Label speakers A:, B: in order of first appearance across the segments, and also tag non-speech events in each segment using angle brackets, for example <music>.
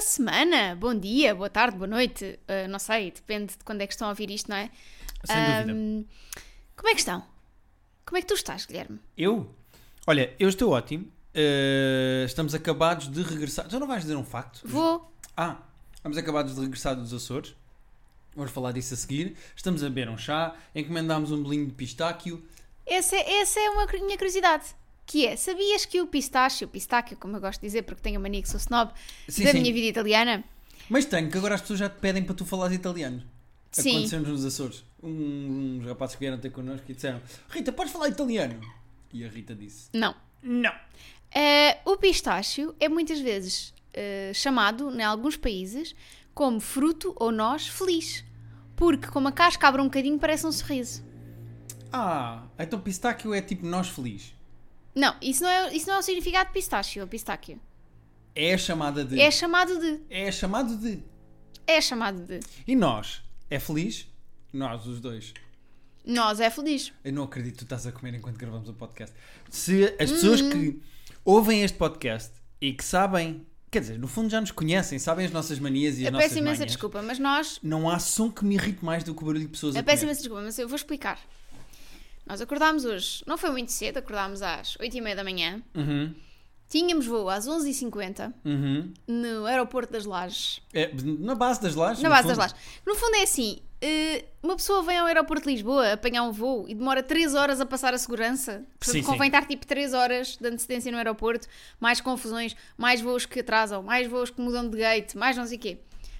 A: semana, bom dia, boa tarde, boa noite, ah, não sei, depende de quando é que estão a ouvir isto, não é?
B: Sem dúvida.
A: Ahm, como é que estão? Como é que tu estás, Guilherme?
B: Eu? Olha, eu estou ótimo. Eh, estamos acabados de regressar. Tu não vais dizer um facto?
A: Vou.
B: Ah, estamos acabados de regressar dos Açores. Vamos falar disso a seguir. Estamos a beber um chá, encomendámos um bolinho de pistáquio.
A: Essa é, essa é uma cur- minha curiosidade. Que é, sabias que o pistache, o pistáquio, como eu gosto de dizer, porque tenho a mania que sou snob,
B: Sim,
A: da
B: sim.
A: minha vida italiana,
B: Mas tenho que agora as pessoas já te pedem para tu falares italiano.
A: Sim.
B: Aconteceu-nos nos Açores. Um- uns rapazes que vieram ter connosco e disseram: Rita, podes falar italiano? E a Rita disse:
A: não.
B: Não.
A: Eh, o pistácio é muitas vezes eh, chamado, em alguns países, como fruto ou noz feliz. Porque, como a casca abre um bocadinho, parece um sorriso.
B: Ah, então pistáquio é tipo nós feliz.
A: Não, isso não é, isso não é o significado de pistácio ou pistáquio.
B: É a chamada de.
A: É chamado de.
B: é chamado de.
A: É chamado de.
B: E nós? É feliz? Nós, os dois.
A: Nós é feliz.
B: Eu não acredito que tu estás a comer enquanto gravamos o podcast. Se as pessoas
A: Hum.
B: que ouvem este podcast e que sabem, quer dizer, no fundo já nos conhecem, sabem as nossas manias e as
A: Eu
B: nossas
A: peço imensa
B: manhas.
A: desculpa, mas nós.
B: Não há som que me irrite mais do que é? o barulho de pessoas a
A: Eu peço
B: comer.
A: imensa desculpa, mas eu vou explicar. Nós acordámos hoje, não foi muito cedo, acordámos às 8h30 da manhã.
B: Uhum,
A: Tínhamos voo às 11h50
B: uhum.
A: no aeroporto das Lajes.
B: É, na base das lajes.
A: Na
B: no
A: base
B: fundo.
A: das lajes. No fundo é assim: eh, uma pessoa vem ao aeroporto de Lisboa apanhar um voo e demora 3 horas a passar a segurança. Portanto,
B: Sim, sim.
A: convém estar tipo 3 horas de antecedência no aeroporto, mais confusões, mais voos que atrasam, mais voos que mudam de gate, mais não sei o quê.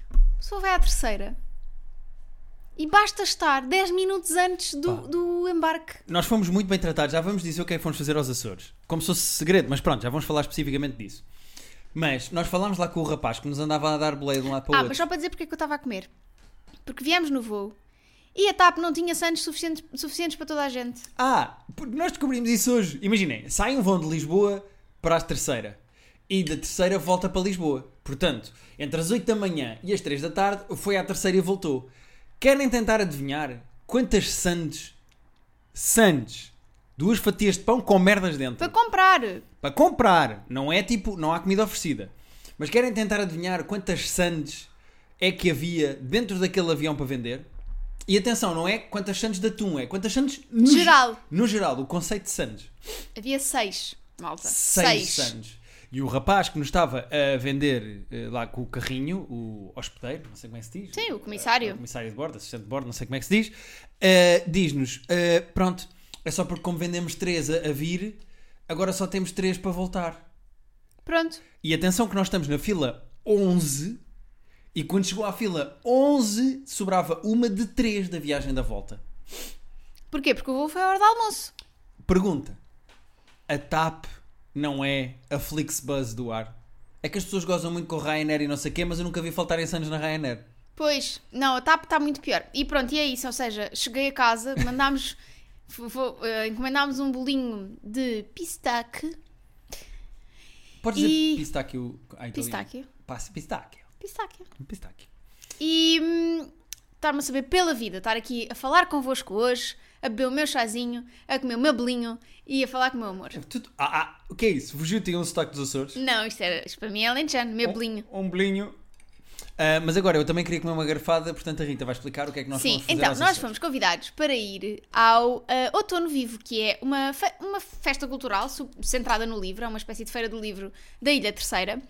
A: A pessoa vai à terceira e basta estar 10 minutos antes do,
B: Pá.
A: do embarque.
B: Nós fomos muito bem tratados, já vamos dizer o que é que fomos fazer aos Açores. Como se fosse segredo, mas pronto, já vamos falar especificamente disso. Mas nós falámos lá com o rapaz que nos andava a dar boleia de um lado para o
A: Ah, mas
B: outro.
A: só para dizer porque é que eu estava a comer. Porque viemos no voo e a TAP não tinha sandes suficientes, suficientes para toda a gente.
B: Ah, porque nós descobrimos isso hoje. Imaginem, sai um voo de Lisboa para a terceira. E da terceira volta para Lisboa. Portanto, entre as 8 da manhã e as 3 da tarde, foi à terceira e voltou. Querem tentar adivinhar quantas sandes? Sandes. Duas fatias de pão com merdas dentro.
A: Para comprar.
B: Para comprar. Não é tipo, não há comida oferecida. Mas querem tentar adivinhar quantas sandes é que havia dentro daquele avião para vender? E atenção, não é quantas sandes de atum, é quantas sandes no ge-
A: Geral.
B: No geral, o conceito de sandes.
A: Havia seis, malta.
B: Seis, sandes. E o rapaz que nos estava a vender eh, lá com o carrinho, o hospedeiro, não sei como é que se diz. Ah,
A: Sim, o comissário.
B: O comissário de bordo, assistente de bordo, não sei como é que se diz. eh, Diz-nos, eh, pronto, é só porque como vendemos três a, a vir, agora só temos três para voltar.
A: Pronto.
B: E atenção que nós estamos na fila 11 e quando chegou à fila 11 sobrava uma de três da viagem da volta.
A: Porquê? Porque o voo foi à hora do almoço.
B: Pergunta. A TAP não é a Flixbus do ar? É que as pessoas gozam muito com a Ryanair e não sei o quê, mas eu nunca vi faltarem anos na Ryanair.
A: Pois, não, a TAP está muito pior. E pronto, e é isso. Ou seja, cheguei a casa, mandámos, <laughs> f- f- eh, encomendámos um bolinho de pistaque.
B: Podes dizer
A: E-
B: pistáquio... Ai, italiano.
A: Pistáquio.
B: então Passa pistáquio.
A: Pistaque.
B: Pistáquio.
A: E hum, estar-me a saber pela vida, estar aqui a falar convosco hoje, a beber o meu chazinho, a comer o meu bolinho e a falar com o meu amor.
B: Tudo- Ah, ah, o que é isso? Fugiu tem um sotaque dos Açores?
A: Não, isto, era, isto para mim é alentejano, meu bolinho.
B: Um bolinho. Ah, mas agora, eu também queria comer uma garfada, portanto a Rita vai explicar o que é que nós
A: Sim,
B: fomos fazer
A: então,
B: aos
A: nós
B: Açores.
A: fomos convidados para ir ao ah, Outono Vivo, que é uma, fe- uma festa cultural su- centrada no livro, é uma espécie de feira do livro da Ilha Terceira.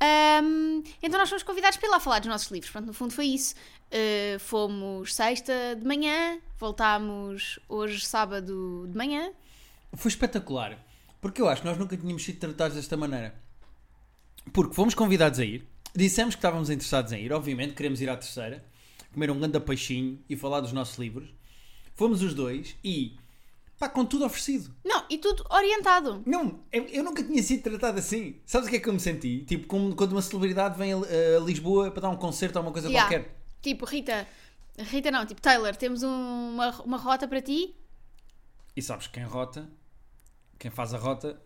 A: Ahm, então nós fomos convidados para ir lá falar dos nossos livros. Pronto, no fundo foi isso. Ah, fomos sexta de manhã, voltámos hoje sábado de manhã.
B: Foi espetacular. Porque eu acho que nós nunca tínhamos sido tratados desta maneira. Porque fomos convidados a ir, dissemos que estávamos interessados em ir, obviamente, queremos ir à terceira, comer um grande peixinho e falar dos nossos livros. Fomos os dois e. pá, com tudo oferecido.
A: Não, e tudo orientado.
B: Não, eu, eu nunca tinha sido tratado assim. Sabes o que é que eu me senti? Tipo, como quando uma celebridade vem a, a Lisboa para dar um concerto ou uma coisa
A: Yeah.
B: qualquer.
A: Tipo, Rita, Rita não, tipo, Taylor, temos um- uma, uma rota para ti.
B: E sabes quem rota? Quem faz a rota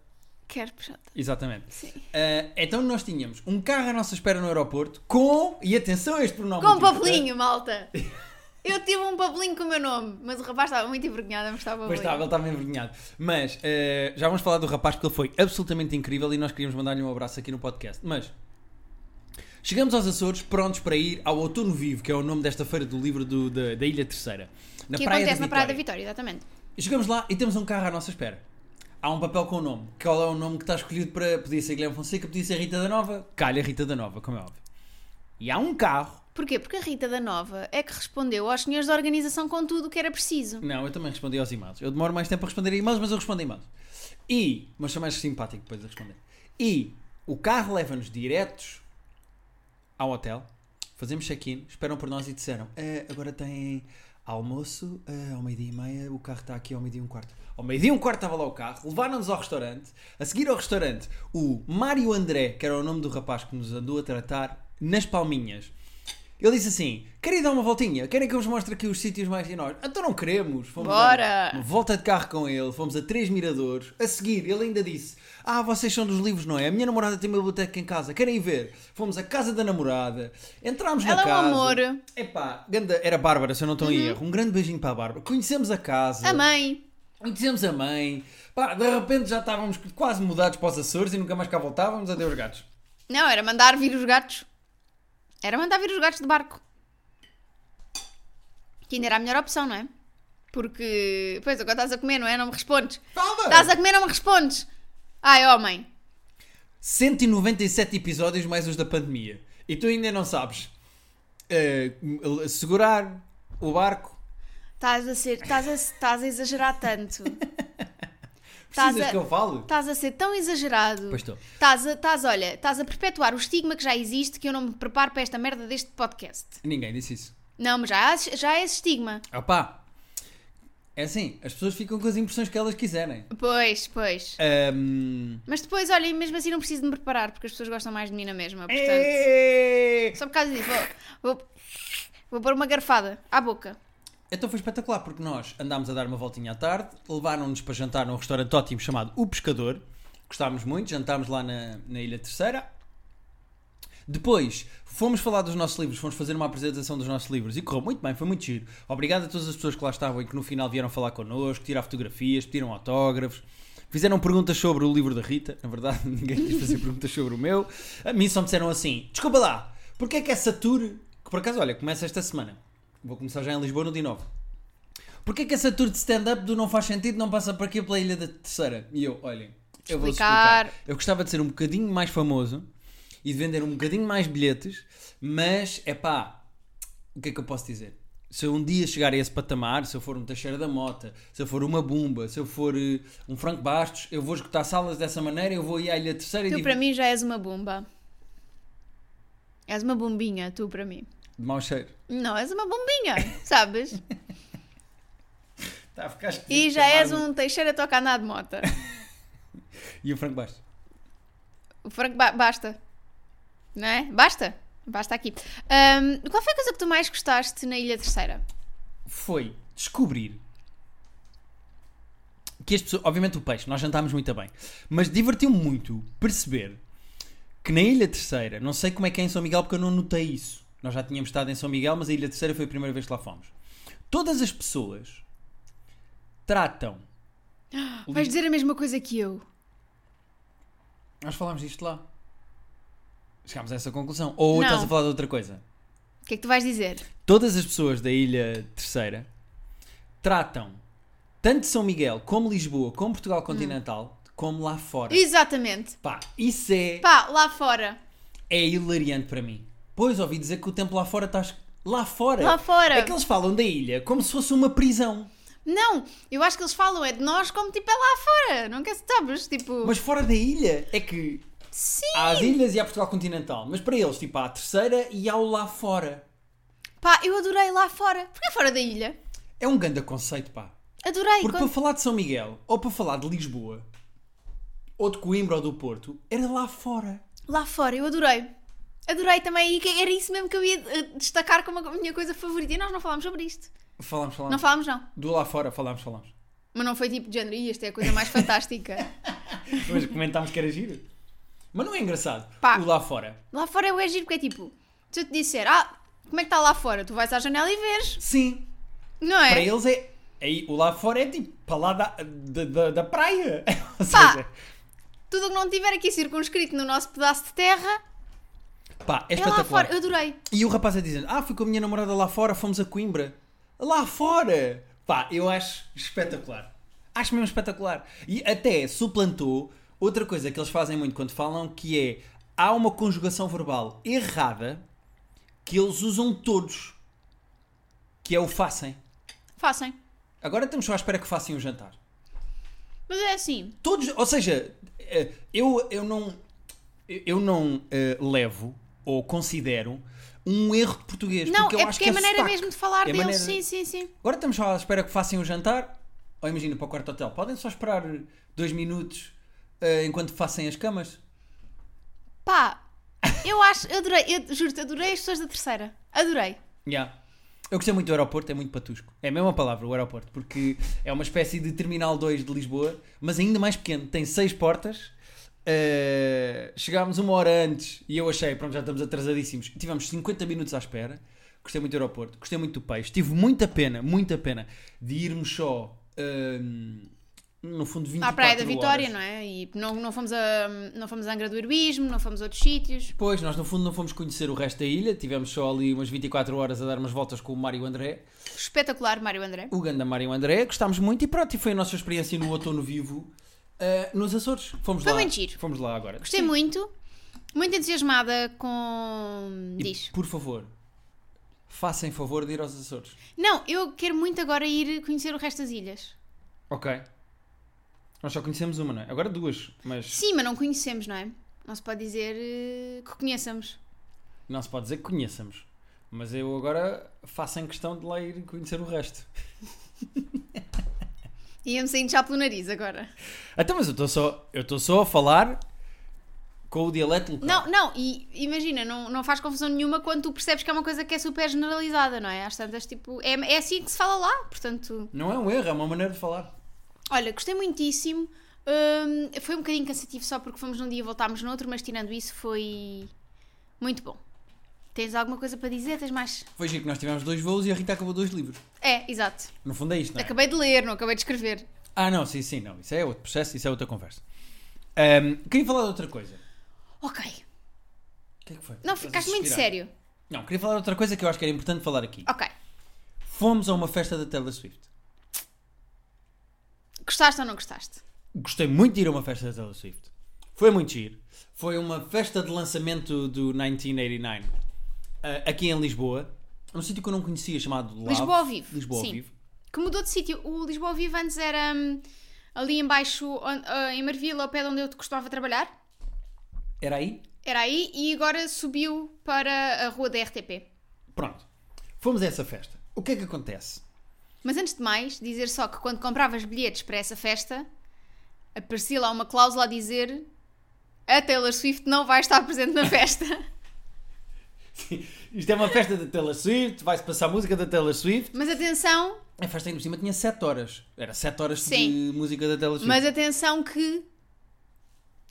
A: Quero puxar.
B: Exatamente.
A: Sim.
B: Ah, então nós tínhamos um carro à nossa espera no aeroporto com, e atenção a este pronome. tipo,
A: Com um
B: muito importante.
A: papelinho, malta! Eu tive um papelinho com o meu nome, mas o rapaz estava muito envergonhado a mostrar o papelinho.
B: Pois estava, ele estava envergonhado. Mas ah, já vamos falar do rapaz porque ele foi absolutamente incrível e nós queríamos mandar-lhe um abraço aqui no podcast. Mas Chegamos aos Açores, prontos para ir ao Outono Vivo, que é o nome desta feira do livro do- da, da Ilha Terceira. Na
A: que
B: Praia da
A: acontece na Praia da Vitória,
B: Vitória.
A: exatamente.
B: Chegamos lá e temos um carro à nossa espera. Há um papel com o nome. Qual é o nome que está escolhido para. Podia ser Guilherme Fonseca, podia ser Rita da Nova. Calha Rita da Nova, como é óbvio. E há um carro.
A: Porquê? Porque a Rita da Nova é que respondeu aos senhores da organização com tudo o que era preciso.
B: Não, eu também respondi aos e-mails. Eu demoro mais tempo a responder a e-mails, mas eu respondo a e-mails. E, mas sou mais simpático depois de responder. E o carro leva-nos diretos ao hotel, fazemos check-in, esperam por nós e disseram: "Ah, agora tem almoço, ah, ao meio-dia e meia, o carro está aqui ao meio-dia e um quarto. Ao meio-dia e um quarto estava lá o carro, levaram-nos ao restaurante. A seguir ao restaurante, o Mário André, que era o nome do rapaz que nos andou a tratar, nas palminhas. Ele disse assim: Querem dar uma voltinha? Querem que eu vos mostre aqui os sítios mais e nós? Então não queremos. Fomos
A: Bora!
B: dar uma volta de carro com ele, fomos a três miradores. A seguir, ele ainda disse: Ah, vocês são dos livros, não é? A minha namorada tem uma biblioteca em casa, querem ir ver? Fomos à casa da namorada, entramos na
A: Ela é um
B: casa.
A: amor. Uhum.
B: Epá, ganda- era a Bárbara, se eu não estou em erro. Um grande beijinho para a Bárbara. Conhecemos a casa.
A: A mãe.
B: Conhecemos a mãe. Pá, de repente já estávamos quase mudados para os Açores e nunca mais cá voltávamos. Adeus, gatos.
A: Não, era mandar vir os gatos. Era mandar vir os gatos de barco. Que ainda era a melhor opção, não é? Porque. Pois, agora estás a comer, não é? Não me respondes.
B: Fala!
A: Estás a comer, não me respondes. Ai, homem.
B: 197 episódios mais os da pandemia. E tu ainda não sabes eh, segurar o barco.
A: Estás a ser. Estás a, estás a exagerar tanto. Estás
B: <laughs> Precisas
A: a-
B: que eu fale?
A: Estás a ser tão exagerado.
B: Pois estou.
A: Estás a, estás, olha, estás a perpetuar o estigma que já existe que eu não me preparo para esta merda deste podcast.
B: Ninguém disse isso.
A: Não, mas já, há- já é esse estigma.
B: Opá! É assim, as pessoas ficam com as impressões que elas quiserem.
A: Pois, pois.
B: Ahm,
A: Mas depois, olha, e mesmo assim não preciso de me preparar porque as pessoas gostam mais de mim na mesma. Portanto,
B: É.
A: só por causa disso, vou, vou, vou pôr uma garfada à boca.
B: Então foi espetacular, porque nós andámos a dar uma voltinha à tarde, levaram-nos para jantar num restaurante ótimo chamado O Pescador. Gostámos muito, jantámos lá na, na Ilha Terceira. Depois fomos falar dos nossos livros, fomos fazer uma apresentação dos nossos livros e correu muito bem, foi muito giro. Obrigado a todas as pessoas que lá estavam e que no final vieram falar connosco, tirar fotografias, pediram autógrafos. Fizeram perguntas sobre o livro da Rita, na verdade <laughs> ninguém quis fazer perguntas sobre o meu. A mim só me disseram assim: desculpa lá, porque é que essa tour, que por acaso, olha, começa esta semana, vou começar já em Lisboa no dia 9. Porquê que essa tour de stand-up do Não Faz Sentido não passa para aqui pela Ilha da Terceira? E eu, olhem, eu vou
A: Explicar.
B: explicar. Eu gostava de ser um bocadinho mais famoso e de vender um bocadinho mais bilhetes, mas, é pá, o que é que eu posso dizer? Se eu um dia chegar a esse patamar, se eu for um Teixeira da Mota, se eu for uma Bumba, se eu for eh, um Franco Bastos, eu vou escutar salas dessa maneira, eu vou ir à Ilha Terceira e
A: Tu
B: div-
A: para mim já és uma bomba. És uma bombinha, tu para mim.
B: de mau cheiro.
A: Não, és uma bombinha, <laughs> sabes?
B: Está Tá, a ficar esquisito
A: E já és
B: chamar-me-
A: um Teixeira toca andar de moto.
B: E o Franco Bastos.
A: O Franco ba- basta. Não é? Basta. Basta aqui. Ahm, qual foi a coisa que tu mais gostaste na Ilha Terceira?
B: foi descobrir que as pessoas, obviamente o peixe, nós jantámos muito bem, mas divertiu-me muito perceber que na Ilha Terceira, não sei como é que é em São Miguel porque eu não notei isso. Nós já tínhamos estado em São Miguel, mas a Ilha Terceira foi a primeira vez que lá fomos. Todas as pessoas tratam.
A: Vais dizer a mesma coisa que eu.
B: Nós falámos disto lá. Chegámos a essa conclusão. Ou
A: Não.
B: estás a falar de outra coisa?
A: O que é que tu vais dizer?
B: todas as pessoas da Ilha Terceira tratam tanto São Miguel como Lisboa, como Portugal continental, como lá fora.
A: Exatamente.
B: Pá, isso é,
A: Pá, lá fora.
B: é hilariante para mim. Pois ouvi dizer que o tempo lá fora está. Lá fora!
A: Lá fora.
B: É que eles falam da ilha como se fosse uma prisão.
A: Não, eu acho que eles falam é de nós como tipo é lá fora. Não quer sabes? Tipo.
B: Mas fora da ilha é que
A: Sim!
B: há as ilhas e há Portugal continental. Mas para eles, tipo, há a terceira e há o lá fora.
A: Pá, eu adorei lá fora. Porque é fora da ilha.
B: É um grande conceito, pá.
A: Adorei.
B: Porque
A: quando-
B: para falar de São Miguel, ou para falar de Lisboa, ou de Coimbra ou do Porto, era lá fora.
A: Lá fora, eu adorei. Adorei também. E que- era isso mesmo que eu ia eh, destacar como a minha coisa favorita. E nós não falámos sobre isto.
B: Falámos, falámos.
A: Não falámos, não.
B: Do lá fora, falámos, falámos.
A: Mas não foi tipo de género. E esta é a coisa mais fantástica.
B: Mas comentámos que era giro. Mas não é engraçado.
A: Pá.
B: O lá fora.
A: Lá fora eu é giro porque é tipo. Se eu te disser, ah, como é que está lá fora? Tu vais à janela e vês.
B: Sim.
A: Não é?
B: Para eles é. Aí, o lá fora é tipo para lá da, da, da, da praia. <laughs> Ou
A: Pá.
B: seja,
A: Tudo o que não tiver aqui circunscrito no nosso pedaço de terra,
B: Pá, é
A: É lá
B: espetacular.
A: fora, eu adorei.
B: E o rapaz a dizendo: Ah, fui com a minha namorada lá fora, fomos a Coimbra. Lá fora! Pá, eu acho espetacular. Acho mesmo espetacular. E até suplantou outra coisa que eles fazem muito quando falam, que é há uma conjugação verbal errada que eles usam todos, que é o façam.
A: Façam.
B: Agora estamos só à espera que façam o jantar.
A: Mas é assim.
B: Todos, ou seja, eh, eu, eu não, eu não eh, levo ou considero um erro de português.
A: Não,
B: porque eu
A: é
B: acho
A: porque é
B: que
A: a maneira
B: sotaque.
A: mesmo de falar
B: É a
A: deles.
B: maneira-
A: Sim, sim, sim.
B: Agora estamos só à espera que façam o jantar. Ou imagina, para o quarto hotel. Podem só esperar dois minutos eh, enquanto façam as camas?
A: Pá, eu acho, eu adorei, eu juro-te, adorei as pessoas da terceira. Adorei.
B: Já. Eu gostei muito do aeroporto, é muito patusco. É a mesma palavra, o aeroporto, porque é uma espécie de Terminal 2 de Lisboa, mas ainda mais pequeno. Tem seis portas. Eh, chegámos uma hora antes e eu achei, pronto, já estamos atrasadíssimos. Tivemos 50 minutos à espera. Gostei muito do aeroporto, gostei muito do peixe. Tive muita pena, muita pena de irmos só, ehm, no fundo, 24
A: À Praia da Vitória,
B: horas.
A: não é? E não, não, fomos a, não fomos a Angra do Heroísmo, não fomos a outros sítios.
B: Pois, nós no fundo não fomos conhecer o resto da ilha, tivemos só ali umas 24 horas a dar umas voltas com o Mário André.
A: Espetacular, Mário André.
B: O Ganda Mário André, gostámos muito e pronto, e foi a nossa experiência no outono vivo ah, nos Açores. Fomos
A: Foi
B: lá.
A: muito giro.
B: Fomos lá agora.
A: Gostei muito. Muito entusiasmada com.
B: E,
A: Diz.
B: Por favor, façam favor de ir aos Açores.
A: Não, eu quero muito agora ir conhecer o resto das ilhas.
B: Ok. Nós só conhecemos uma, não é? Agora duas, mas
A: Sim, mas não conhecemos, não é? Não se pode dizer eh, que conheçamos.
B: não se pode dizer que conheçamos. Mas eu agora faço em questão de lá ir conhecer o resto.
A: Ia-me saindo já pelo nariz agora.
B: Até Então, mas eu estou só, eu estou só a falar com o dialeto local.
A: Não, não, e imagina, não, não faz confusão nenhuma quando tu percebes que é uma coisa que é super generalizada, não é? Às tantas, tipo, é, é assim que se fala lá, portanto.
B: Não é um erro, é uma maneira de falar.
A: Olha, gostei muitíssimo. Hum, foi um bocadinho cansativo só porque fomos num dia e voltámos no outro, mas tirando isso foi muito bom. Tens alguma coisa para dizer? Tens mais?
B: Foi giro que nós tivemos dois voos e a Rita acabou dois livros.
A: É, exato.
B: No fundo é isto, não é?
A: Acabei de ler, não acabei de escrever.
B: Ah, não, sim, sim, não. Isso é outro processo, isso é outra conversa. Ahm, queria falar de outra coisa.
A: Ok.
B: O que é que foi?
A: Não,
B: Estás a
A: ficaste muito
B: suspirar.
A: sério.
B: Não, queria falar de outra coisa que eu acho que era importante falar aqui.
A: Ok.
B: Fomos a uma festa da Taylor Swift.
A: Gostaste ou não gostaste?
B: Gostei muito de ir a uma festa da Taylor Swift. Foi muito giro. Foi uma festa de lançamento do 1989. ah, aqui em Lisboa. Num sítio que eu não conhecia, chamado Lab.
A: Lisboa ao vivo.
B: Lisboa ao
A: Sim.
B: vivo.
A: Que mudou de sítio. O Lisboa ao Vivo antes era hum, ali embaixo, on- ah, em Marvila, ao pé de onde eu costumava trabalhar.
B: Era aí?
A: Era aí e agora subiu para a rua da RTP.
B: Pronto. Fomos a essa festa. O que é que acontece? <laughs>
A: Mas antes de mais, dizer só que quando compravas bilhetes para essa festa, aparecia lá uma cláusula a dizer a Taylor Swift não vai estar presente na festa. <laughs>
B: Isto é uma festa da Taylor Swift, vai-se passar música da Taylor Swift.
A: mas atenção,
B: A festa ainda por cima tinha 7 horas. Era 7 horas
A: Sim.
B: de música da Taylor Swift.
A: mas atenção que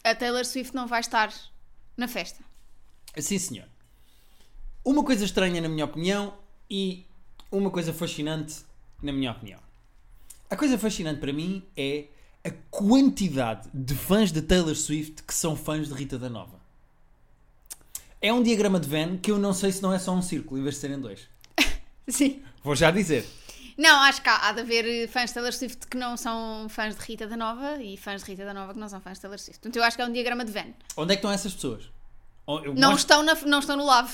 A: a Taylor Swift não vai estar na festa.
B: Sim, senhor. Uma coisa estranha, na minha opinião, e uma coisa fascinante, na minha opinião. A coisa fascinante para mim é a quantidade de fãs de Taylor Swift que são fãs de Rita da Nova. É um diagrama de Venn que eu não sei se não é só um círculo em vez de serem dois.
A: Sim.
B: Vou já dizer.
A: Não, acho que há, há de haver fãs de Taylor Swift que não são fãs de Rita da Nova e fãs de Rita da Nova que não são fãs de Taylor Swift. Portanto, eu acho que é um diagrama de Venn.
B: Onde é que estão essas pessoas? Oh, eu
A: Não,
B: mostro-
A: estão, na- não estão no lave.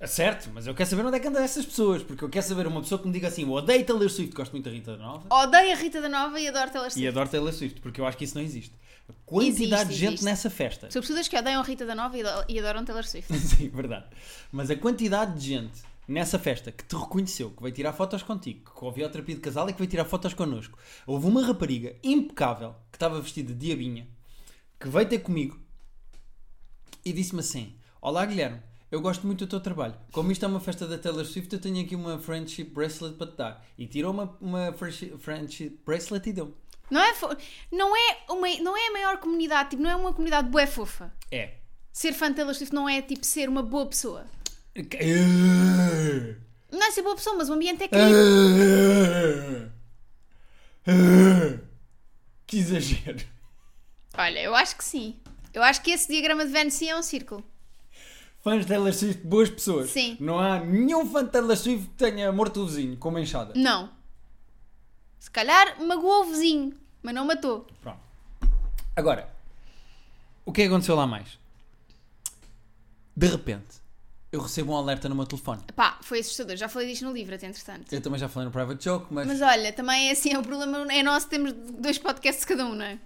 B: É Certo, mas eu quero saber onde é que andam essas pessoas, porque eu quero saber uma pessoa que me diga assim: eu odeio Taylor Swift, gosto muito da Rita Nova
A: Odeio a Rita da Nova e adoro Taylor Swift.
B: e adoro Taylor Swift, porque eu acho que isso não existe. A quantidade de
A: Existe,
B: gente
A: existe.
B: nessa festa.
A: São pessoas que odeiam a Rita da Nova e ado- e adoram Taylor Swift.
B: <laughs> Sim, verdade. Mas a quantidade de gente nessa festa que te reconheceu, que vai tirar fotos contigo, que ouviu a terapia de casal e que vai tirar fotos connosco. Houve uma rapariga impecável que estava vestida de diabinha que veio ter comigo e disse-me assim: Olá Guilherme, eu gosto muito do teu trabalho. Como isto é uma festa da Taylor Swift, eu tenho aqui uma friendship bracelet para te dar. E tirou uma, uma friendship- friendship bracelet e deu-me.
A: Não é, fo- não, é uma, não é a maior comunidade, tipo, não é uma comunidade bué fofa.
B: É.
A: Ser fã de Taylor Swift não é, tipo, ser uma boa pessoa. Não é ser boa pessoa, mas o ambiente é querido.
B: <laughs> Que exagero.
A: Olha, eu acho que sim. Eu acho que esse diagrama de Venn sim é um círculo.
B: fãs de Taylor Swift boas pessoas.
A: Sim.
B: Não há nenhum fã de Taylor Swift que tenha morto o vizinho com uma enxada.
A: Não. Se calhar magoou o vizinho, mas não matou.
B: Pronto. Agora, o que é que aconteceu lá mais? De repente, eu recebo um alerta no meu telefone.
A: Pá, foi assustador. Já falei disto no livro, até entretanto.
B: Eu também já falei no private joke, mas,
A: Mas olha, também é assim, é o problema é nosso, temos dois podcasts cada um, não é?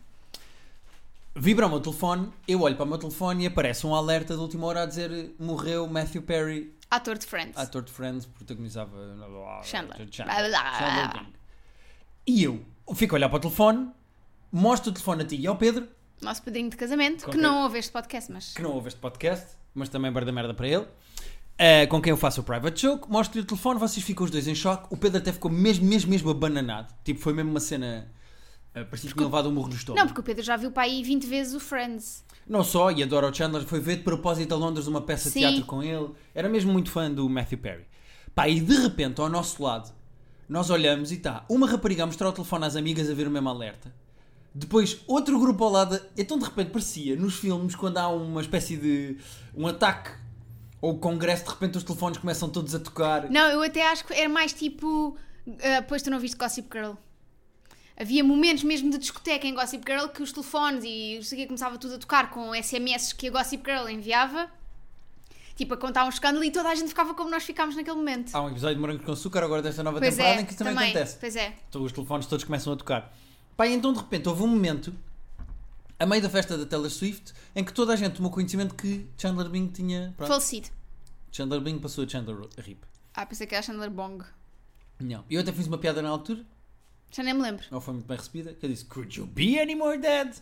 B: vibra o meu telefone, eu olho para o meu telefone e aparece um alerta de última hora a dizer morreu Matthew Perry,
A: Ator de Friends.
B: ator de Friends, protagonizava
A: Chandler.
B: Chandler Bing. E eu fico a olhar para o telefone, mostro o telefone a ti e ao Pedro,
A: Nosso padrinho de casamento,
B: Com
A: que
B: quem?
A: não ouve este podcast, mas.
B: que não ouve este podcast, mas também barda merda para ele, eh, com quem eu faço o private joke, mostro-lhe o telefone, vocês ficam os dois em choque, o Pedro até ficou mesmo, mesmo, mesmo abananado, tipo, foi mesmo uma cena, eh, parecia que tinha levado um murro no estômago.
A: Não, porque o Pedro já viu para aí 20 vezes o Friends.
B: Não só, e adoro o Chandler, foi ver de propósito a Londres uma peça
A: Sim.
B: de teatro com ele, era mesmo muito fã do Matthew Perry. Pá, e de repente, ao nosso lado, nós olhamos e está uma rapariga a mostrar o telefone às amigas a ver o mesmo alerta. Depois, outro grupo ao lado. Então, de repente, parecia nos filmes quando há uma espécie de. um ataque ou congresso, de repente os telefones começam todos a tocar.
A: Não, eu até acho que era mais tipo. ah, pois tu não viste Gossip Girl. Havia momentos mesmo de discoteca em Gossip Girl que os telefones e não sei o que começava tudo a tocar com SMS que a Gossip Girl enviava, tipo a contar um escândalo e toda a gente ficava como nós ficámos naquele momento.
B: Há um episódio de Morangos com Açúcar agora desta nova
A: é,
B: temporada em que isso também, acontece.
A: Pois é.
B: Então os telefones todos começam a tocar. Pá, e então de repente houve um momento, a meio da festa da Taylor Swift, em que toda a gente tomou conhecimento que Chandler Bing tinha. Pronto,
A: Falecido.
B: Chandler Bing passou a Chandler Rip.
A: Ah, pensei que era Chandler Bong.
B: Não. Eu até fiz uma piada na altura,
A: Já nem me lembro.
B: não foi muito bem recebida, que eu disse: Could you be any more dead?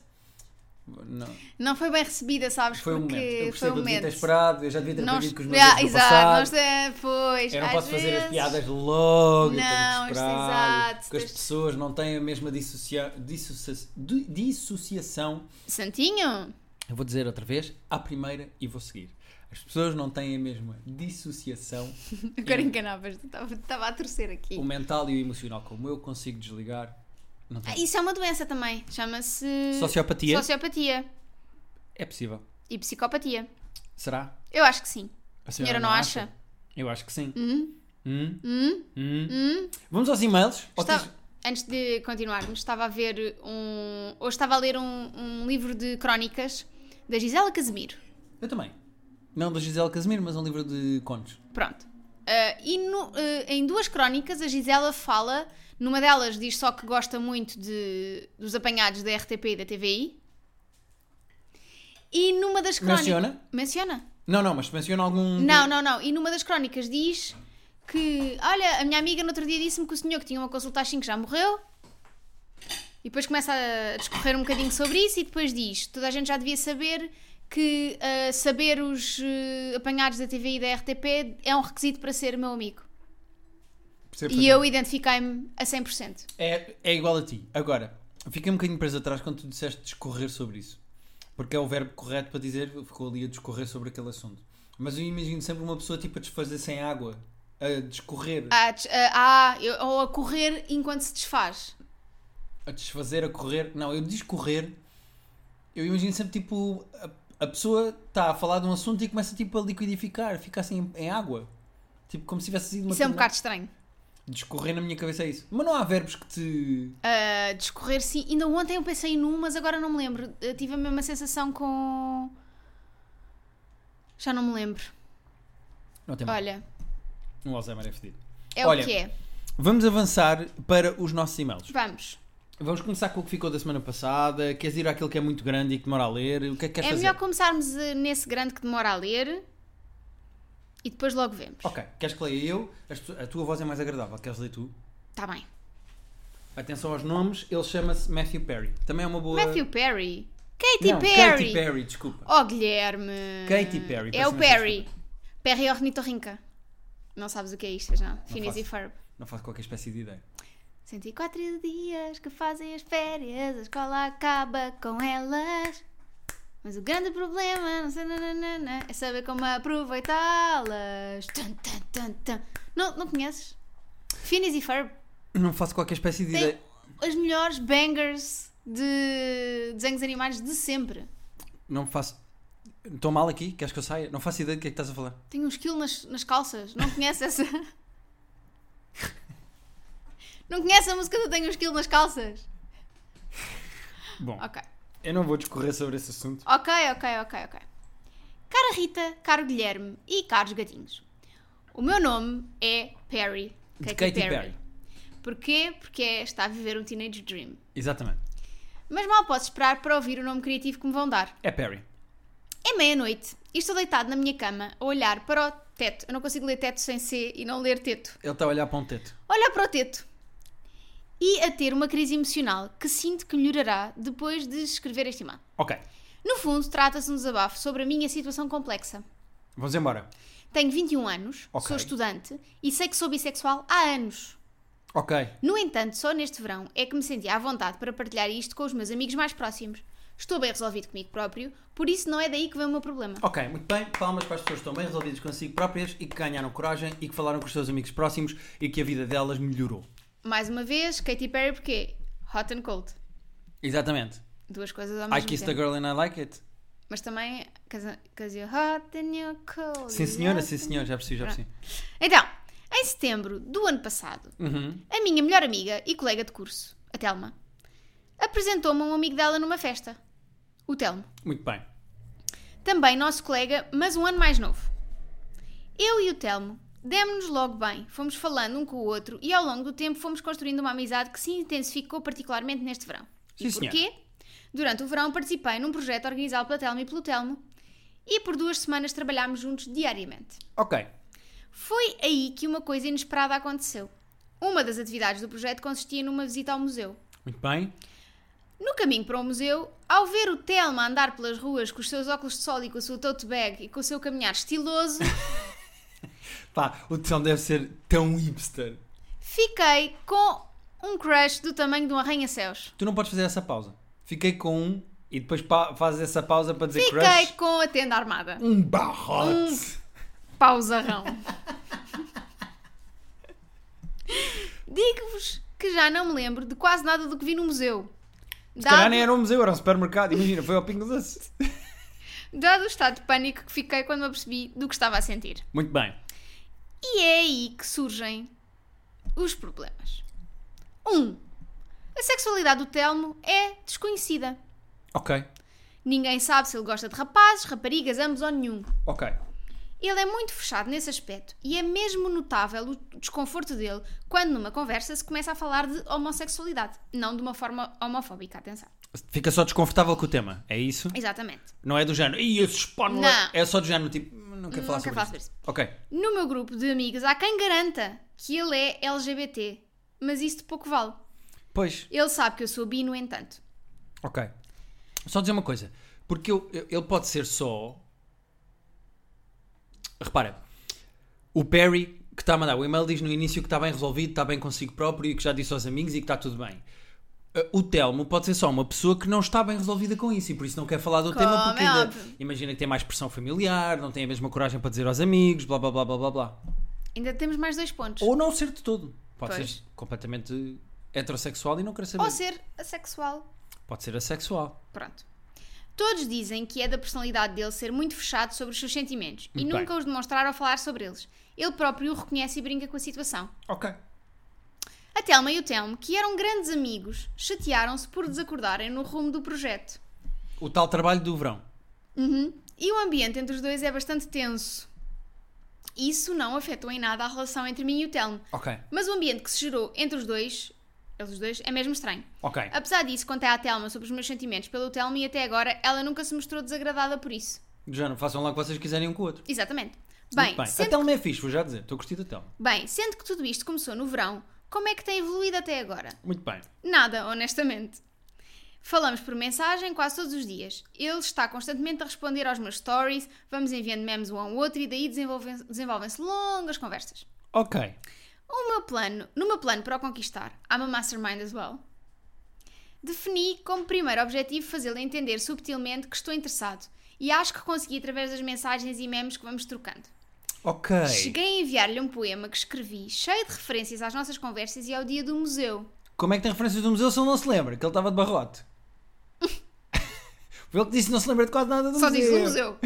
B: Não.
A: Não foi bem recebida, sabes?
B: Foi um
A: porque
B: momento. Eu
A: foi
B: percebo,
A: um
B: eu devia
A: momento.
B: ter esperado, eu já devia ter
A: Nós-
B: aprendido com os meus
A: Ah,
B: erros do
A: exato,
B: passado.
A: nós, é, pois,
B: Eu não
A: às
B: posso fazer as
A: vezes.
B: piadas logo, eu tenho
A: Não, é
B: que esperar,
A: exato, é-
B: porque as
A: tens-
B: pessoas não têm a mesma dissocia... dissocia- di- dissociação
A: Santinho?
B: Eu vou dizer outra vez, à primeira e vou seguir. As pessoas não têm a mesma dissociação,
A: Agora
B: Sim.
A: enganavas, estava estava a torcer aqui.
B: o mental e o emocional, como eu consigo desligar. Não
A: Ah,
B: tenho.
A: Isso é uma doença também. Chama-se.
B: Sociopatia?
A: Sociopatia
B: É possível.
A: e psicopatia.
B: Será?
A: Eu acho que sim.
B: A
A: senhora não acha?
B: Eu acho que sim.
A: Hum?
B: Hum?
A: Hum?
B: Hum?
A: Hum?
B: Vamos aos e-mails? Ou
A: Estava-
B: tens-
A: Antes de continuarmos, estava a ver um. Hoje estava a ler um, um livro de crónicas da Gisela Casimiro.
B: Eu também. Não da Gisele Casimiro, mas um livro de contos.
A: Pronto. Ah, e no- ah, em duas crónicas a Gisela fala, numa delas diz só que gosta muito de, dos apanhados da RTP e da TVI. E numa das crónicas.
B: Menciona?
A: Menciona.
B: Não, não, mas menciona algum.
A: Não, não, não. E numa das crónicas diz que, olha, a minha amiga no outro dia disse-me que o senhor que tinha uma consulta às 5 já morreu. E depois começa a discorrer um bocadinho sobre isso e depois diz: toda a gente já devia saber que ah, saber os ah, apanhados da TV e da RTP é um requisito para ser meu amigo.
B: Percebo
A: E eu identifiquei-me a 100%.
B: É, é igual a ti. Agora, fiquei um bocadinho preso atrás quando tu disseste discorrer sobre isso. Porque é o verbo correto para dizer, ficou ali a discorrer sobre aquele assunto. Mas eu imagino sempre uma pessoa tipo a desfazer sem água, a discorrer,
A: Ah, des- ah, ah, eu- ou a correr enquanto se desfaz.
B: a desfazer, a correr. Não, eu discorrer, eu imagino sempre tipo a, a pessoa está a falar de um assunto e começa tipo a liquidificar, fica assim em, em água. Tipo como se tivesse sido uma
A: Isso é um
B: torneira.
A: bocado estranho.
B: Discorrer na minha cabeça é isso. Mas não há verbos que te.
A: a discorrer, sim. Ainda ontem eu pensei num, mas agora não me lembro. Eu tive a mesma sensação com. Já não me lembro.
B: Não tem mal.
A: Olha,
B: Um Alzheimer é fedido.
A: é
B: Olha.
A: o que é.
B: Vamos avançar para os nossos e-mails.
A: Vamos.
B: Vamos começar com o que ficou da semana passada. Queres ir àquele que é muito grande e que demora a ler? O que é que queres
A: é
B: fazer?
A: melhor começarmos eh, nesse grande que demora a ler e depois logo vemos.
B: Ok, queres que leia eu? As pessoas- A tua voz é mais agradável. Queres ler tu?
A: Tá bem.
B: Atenção aos nomes. Ele chama-se Matthew Perry. Também é uma boa...
A: Matthew Perry. Katy
B: Não,
A: Perry.
B: Katy Perry, desculpa.
A: Oh, Guilherme.
B: Katy Perry,
A: É
B: parece
A: o
B: uma
A: Perry. Perry Ornitorrinca. Não sabes o que é isto, já? Phineas
B: faço.
A: e Ferb.
B: Não faço qualquer espécie de ideia.
A: 104 dias que fazem as férias, a escola acaba com elas. Mas o grande problema não sei, nananana, é saber como aproveitá-las. Tum, tum, tum, tum. Não, não conheces? Phineas e Ferb
B: Não faço qualquer espécie de
A: têm
B: ideia.
A: as melhores bangers de desenhos animados de sempre.
B: Não faço... Estou mal aqui? Queres que eu saia? Não faço ideia do que é que estás a falar.
A: Tenho um esquilo nas, nas calças. Não conhece essa. <laughs> Não conhece a música do Tenho um esquilo nas calças?
B: Bom,
A: Ok.
B: eu não vou discorrer sobre esse assunto.
A: Ok, ok, ok, ok. Cara Rita, caro Guilherme e caros gatinhos. O meu nome é Perry.
B: De Katy Perry.
A: Porquê? Porque está a viver um teenage dream.
B: Exatamente.
A: Mas mal posso esperar para ouvir o nome criativo que me vão dar.
B: É Perry.
A: É meia-noite e estou deitado na minha cama a olhar para o teto. Eu não consigo ler teto sem C e não ler teto.
B: Ele está a olhar para um teto.
A: Olhar para o teto. E a ter uma crise emocional que sinto que melhorará depois de escrever este e-mail.
B: Ok,
A: No fundo, trata-se de um desabafo sobre a minha situação complexa.
B: vamos embora.
A: Tenho 21 anos,
B: Ok.
A: sou estudante e sei que sou bissexual há anos.
B: Ok,
A: No entanto, só neste verão é que me senti à vontade para partilhar isto com os meus amigos mais próximos. Estou bem resolvido comigo próprio, por isso não é daí que vem o meu problema.
B: ok, muito bem. Palmas para as pessoas que estão bem resolvidas consigo próprias e que ganharam coragem e que falaram com os seus amigos próximos e que a vida delas melhorou.
A: Mais uma vez, Katy Perry, porque hot and cold.
B: Exatamente.
A: Duas coisas ao
B: I
A: mesmo
B: kissed the
A: tempo.
B: girl and I like it.
A: Mas também, because you're hot and you're cold.
B: Sim senhora, sim senhor, já percebi, já
A: Ah.
B: percebi.
A: Então, em setembro do ano passado,
B: Uhum.
A: a minha melhor amiga e colega de curso, a Telma, apresentou-me a um amigo dela numa festa. O Telmo.
B: Muito bem.
A: Também nosso colega, mas um ano mais novo. Eu e o Telmo demos-nos logo bem, fomos falando um com o outro e ao longo do tempo fomos construindo uma amizade que se intensificou particularmente neste verão. e
B: Sim, senhora.
A: porquê? Durante o verão participei num projeto organizado pela Telmo e pelo Telmo e por duas semanas trabalhámos juntos diariamente.
B: Ok,
A: Foi aí que uma coisa inesperada aconteceu. Uma das atividades do projeto consistia numa visita ao museu.
B: muito bem.
A: No caminho para o museu, ao ver o Telma andar pelas ruas com os seus óculos de sol e com a sua tote bag e com o seu caminhar
B: <laughs>
A: estiloso,
B: Pá, o telmo deve ser tão hipster.
A: fiquei com um crush do tamanho de um arranha-céus.
B: Tu não podes fazer essa pausa. Fiquei com um e depois pa- fazes essa pausa para dizer
A: Fiquei
B: Um crush.
A: com a tenda armada.
B: Um barrote. <laughs>
A: Pausarrão. Digo-vos que já não me lembro de quase nada do que vi no museu.
B: Se calhar
A: Dado-
B: nem era um museu, era um supermercado. Imagina, foi ao Pingo Doce.
A: Dado o estado de pânico que fiquei quando me apercebi do que estava a sentir.
B: Muito bem.
A: E é aí que surgem os problemas. 1. Um, a sexualidade do Telmo é desconhecida.
B: Ok,
A: Ninguém sabe se ele gosta de rapazes, raparigas, ambos ou nenhum.
B: ok.
A: Ele é muito fechado nesse aspecto e é mesmo notável o desconforto dele quando numa conversa se começa a falar de homossexualidade. Não de uma forma homofóbica, atenção.
B: Fica só desconfortável com o tema, é isso?
A: Exatamente.
B: Não é do género, e esse espónula.
A: Não. Hum,
B: É só do género, tipo, não quero falar
A: Não
B: sobre
A: quero falar
B: isso.
A: sobre isso.
B: Ok,
A: No meu grupo de amigos há quem garanta que ele é LGBT, mas isso de pouco vale.
B: pois,
A: Ele sabe que eu sou bi, no entanto.
B: ok. Só dizer uma coisa, porque eu, eu- ele pode ser só. Repara, o Perry que está a mandar o e-mail diz no início que está bem resolvido, está bem consigo próprio e que já disse aos amigos e que está tudo bem. Uh, O Telmo pode ser só uma pessoa que não está bem resolvida com isso e por isso não quer falar do
A: Como
B: tema porque
A: é
B: ainda
A: óbvio.
B: imagina que tem mais pressão familiar, não tem a mesma coragem para dizer aos amigos, blá blá blá blá blá blá.
A: Ainda temos mais dois pontos. Ou,
B: Ou não ser de todo. Pode
A: Pois.
B: ser completamente heterossexual e não querer saber.
A: ser assexual.
B: Pode ser assexual.
A: Pronto. Todos dizem que é da personalidade dele ser muito fechado sobre os seus sentimentos e
B: Muito bem.
A: nunca os demonstrar ou falar sobre eles. Ele próprio o reconhece e brinca com a situação.
B: Ok.
A: A Telma e o Telmo, que eram grandes amigos, chatearam-se por desacordarem no rumo do projeto.
B: O tal trabalho do verão.
A: E o ambiente entre os dois é bastante tenso. Isso não afetou em nada a relação entre mim e o Telmo,
B: Ok.
A: mas o ambiente que se gerou entre os dois, eles os dois, é mesmo estranho.
B: Ok.
A: Apesar disso, contei à Telma sobre os meus sentimentos pelo Telmo e até agora ela nunca se mostrou desagradada por isso.
B: Já não façam lá o que vocês quiserem um com o outro.
A: Exatamente.
B: Muito
A: Bem,
B: A
A: Sendo,
B: Telma é fixe, vou já dizer. Estou curtido da Telma.
A: bem, sendo que tudo isto começou no verão, como é que tem evoluído até agora?
B: Muito bem.
A: Nada, honestamente. Falamos por mensagem quase todos os dias. Ele está constantemente a responder aos meus stories, vamos enviando memes um ao outro e daí desenvolvem- desenvolvem-se longas conversas.
B: Ok.
A: O meu plano, no meu plano para o conquistar, há uma mastermind as well. Defini como primeiro objetivo fazê-lo entender subtilmente que estou interessado e acho que consegui através das mensagens e memes que vamos trocando.
B: Ok.
A: Cheguei a enviar-lhe um poema que escrevi, cheio de referências às nossas conversas e ao dia do museu. <laughs>
B: Como é que tem referências do museu se ele não se lembra? Que ele estava de barrote. Foi ele que disse que não se lembra de quase nada do
A: Só
B: museu.
A: diz o museu.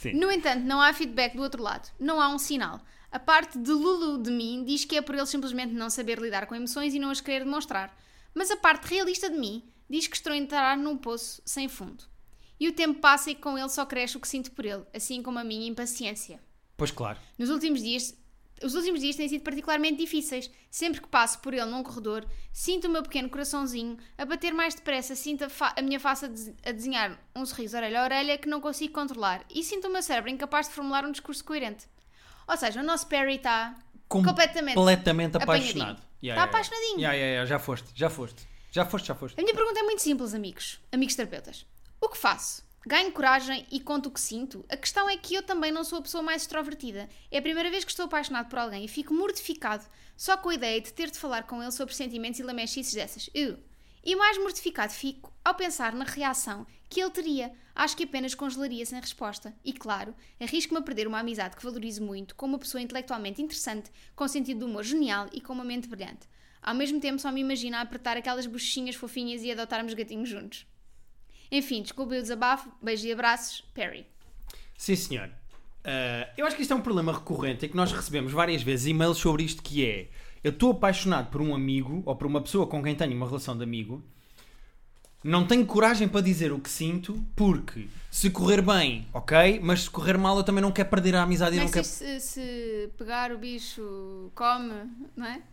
B: Sim.
A: No entanto, não há feedback do outro lado. Não há um sinal. A parte de Lulu de mim diz que é por ele simplesmente não saber lidar com emoções e não as querer demonstrar. Mas a parte realista de mim diz que estou a entrar num poço sem fundo. E o tempo passa e com ele só cresce o que sinto por ele, assim como a minha impaciência.
B: Pois claro.
A: Nos últimos dias, os últimos dias têm sido particularmente difíceis. Sempre que passo por ele num corredor, sinto o meu pequeno coraçãozinho a bater mais depressa, sinto a, fa- a minha face a, des- a desenhar um sorriso orelha a orelha que não consigo controlar e sinto o meu cérebro incapaz de formular um discurso coerente. Ou seja, o nosso Perry está completamente.
B: Completamente
A: apanhadinho.
B: apaixonado.
A: Tá apaixonadinho.
B: Yeah, yeah, yeah, Já foste, já foste. Já foste, já foste.
A: A minha pergunta é muito simples, amigos, amigos terapeutas. O que faço? Ganho coragem e conto o que sinto? A questão é que eu também não sou a pessoa mais extrovertida. É a primeira vez que estou apaixonado por alguém e fico mortificado só com a ideia de ter de falar com ele sobre sentimentos e lamechices dessas. Eu. E mais mortificado fico ao pensar na reação que ele teria. Acho que apenas congelaria sem resposta. E claro, arrisco-me a perder uma amizade que valorizo muito, com uma pessoa intelectualmente interessante, com sentido de humor genial e com uma mente brilhante. Ao mesmo tempo, só me imagino a apertar aquelas bochechinhas fofinhas e adotarmos gatinhos juntos. Enfim, desculpem o desabafo, beijos e abraços, Perry.
B: Sim, senhor. Ah, eu acho que isto é um problema recorrente e que nós recebemos várias vezes e-mails sobre isto que é eu estou apaixonado por um amigo ou por uma pessoa com quem tenho uma relação de amigo não tenho coragem para dizer o que sinto porque se correr bem, ok, mas se correr mal eu também não quero perder a amizade e não
A: Mas
B: quero...
A: se, se pegar o bicho, come, não é? <laughs>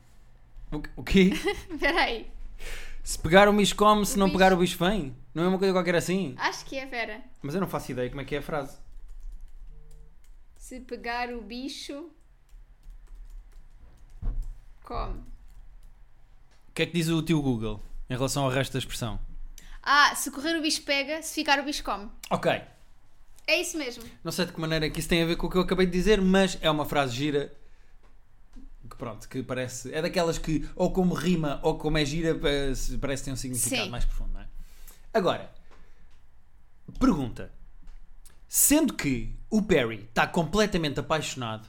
B: O o quê?
A: Espera aí.
B: se pegar o bicho come, se
A: O
B: não
A: bicho.
B: pegar o bicho vem? Não é uma coisa qualquer assim?
A: Acho que é, pera.
B: Mas eu não faço ideia como é que é a frase.
A: Se pegar o bicho, come.
B: O que é que diz o tio Google em relação ao resto da expressão?
A: Ah, se correr o bicho pega, se ficar o bicho come.
B: Ok,
A: É isso mesmo.
B: Não sei de que maneira é que isso tem a ver com o que eu acabei de dizer, mas é uma frase gira que pronto, que parece. É daquelas que, ou como rima, ou como é gira, parece parece ter um significado
A: Sim.
B: mais profundo, não é? Agora, pergunta. Sendo que o Perry está completamente apaixonado,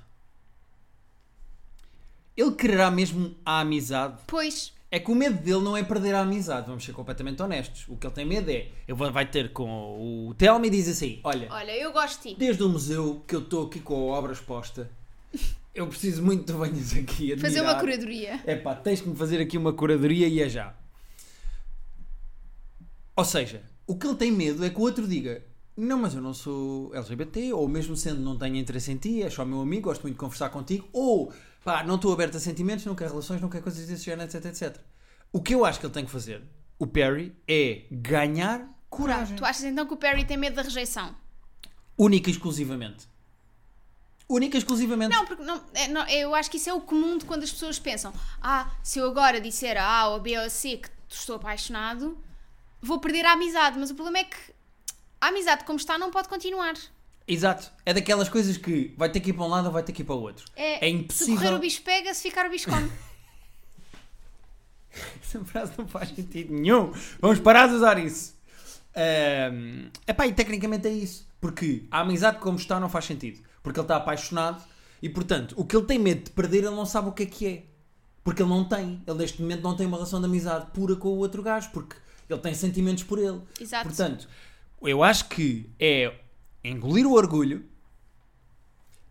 B: ele quererá mesmo a amizade
A: Pois,
B: é que o medo dele não é perder a amizade, vamos ser completamente honestos. O que ele tem medo é, ele vai- vai ter com o Telmo e diz assim: olha,
A: olha, eu gosto de ti.
B: Desde o museu que eu estou aqui com a obra exposta, eu preciso muito que tu venhas aqui admirar.
A: Fazer uma curadoria.
B: É pá, tens que me fazer aqui uma curadoria e é já. Ou seja, o que ele tem medo é que o outro diga: Não, mas eu não sou LGBT, ou mesmo sendo não tenho interesse em ti, és só meu amigo, gosto muito de conversar contigo, ou pá, não estou aberto a sentimentos, não quero relações, não quero coisas desse género, etc, etc. O que eu acho que ele tem que fazer, o Perry, é ganhar coragem.
A: Tu achas então que o Perry tem medo da rejeição?
B: Única e exclusivamente. Única e exclusivamente.
A: Não, porque não, é, não, eu acho que isso é o comum de quando as pessoas pensam: ah, se eu agora disser a A ou B ou C que estou apaixonado, vou perder a amizade. Mas o problema é que a amizade como está não pode continuar.
B: Exato. É daquelas coisas que vai ter que ir para um lado ou vai ter que ir para o outro.
A: É,
B: impossível.
A: Se correr o bicho pega, se ficar o bicho
B: <laughs>
A: come.
B: Essa frase não faz sentido nenhum. Vamos parar de usar isso. Ahm, epá, e tecnicamente é isso. Porque a amizade como está não faz sentido. Porque ele está apaixonado e, portanto, o que ele tem medo de perder, ele não sabe o que é que é. Porque ele não tem. Ele, neste momento, não tem uma relação de amizade pura com o outro gajo. Porque ele tem sentimentos por ele.
A: Exato.
B: Portanto, eu acho que é engolir o orgulho,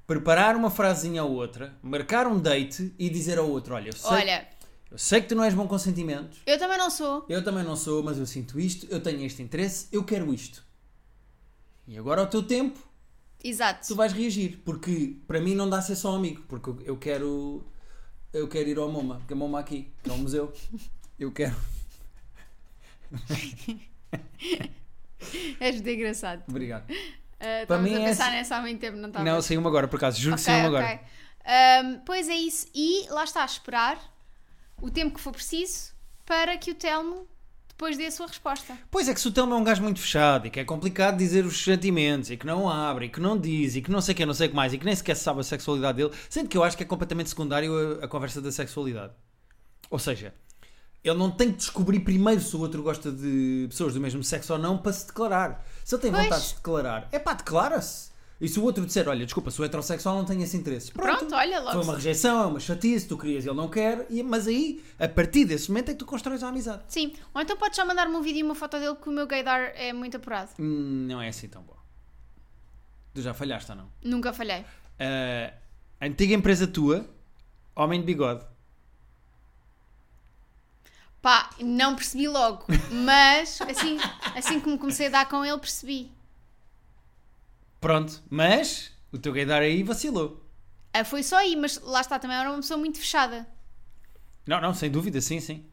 B: preparar uma frasinha ou outra, marcar um date e dizer ao outro: Olha, eu sei,
A: Olha,
B: eu sei que tu não és bom com sentimentos.
A: eu também não sou.
B: Eu também não sou, mas eu sinto isto, eu tenho este interesse, eu quero isto. E agora ao teu tempo, tu
A: Exato.
B: vais reagir, porque para mim não dá ser só amigo, porque eu- eu quero eu quero ir ao MoMA, que é MoMA aqui, que é um museu. Eu quero. <laughs>
A: És É muito engraçado.
B: Obrigado.
A: Uh,
B: Para
A: estavas
B: mim
A: a
B: é
A: pensar
B: esse-
A: nessa há muito tempo, não estava?
B: Não, saiu-me agora, por acaso, juro que
A: Tá Ok,
B: saiu-me agora.
A: ok. Ahm, pois é isso. E lá está, esperar o tempo que for preciso para que o Telmo depois dê a sua resposta.
B: Pois é que se o Telmo é um gajo muito fechado e que é complicado dizer os sentimentos e que não abre e que não diz e que não sei o que, não sei o que mais e que nem sequer se sabe a sexualidade dele, sendo que eu acho que é completamente secundário a, a conversa da sexualidade. Ou seja, ele não tem que descobrir primeiro se o outro gosta de pessoas do mesmo sexo ou não para se declarar. Se ele tem
A: Pois.
B: vontade de se declarar, é pá, declara-se. E se o outro disser, olha, desculpa, sou heterossexual, não tenho esse interesse. Pronto,
A: Pronto, olha, logo
B: Foi
A: se-
B: uma rejeição, é uma chatice, tu querias e ele não quer. e- mas aí, a partir desse momento é que tu constróis a amizade.
A: Sim, ou então podes só mandar-me um vídeo e uma foto dele que o meu gaydar é muito apurado.
B: Hum, não é assim tão bom. Tu já falhaste ou não?
A: Nunca falhei.
B: Ah, a antiga empresa tua, Homem de Bigode.
A: Pá, não percebi logo, mas assim, assim como comecei a dar com ele, percebi.
B: Pronto, mas o teu gaydar aí vacilou.
A: Ah, foi só aí, mas lá está, também era uma pessoa muito fechada.
B: Não, não, sem dúvida, sim, sim.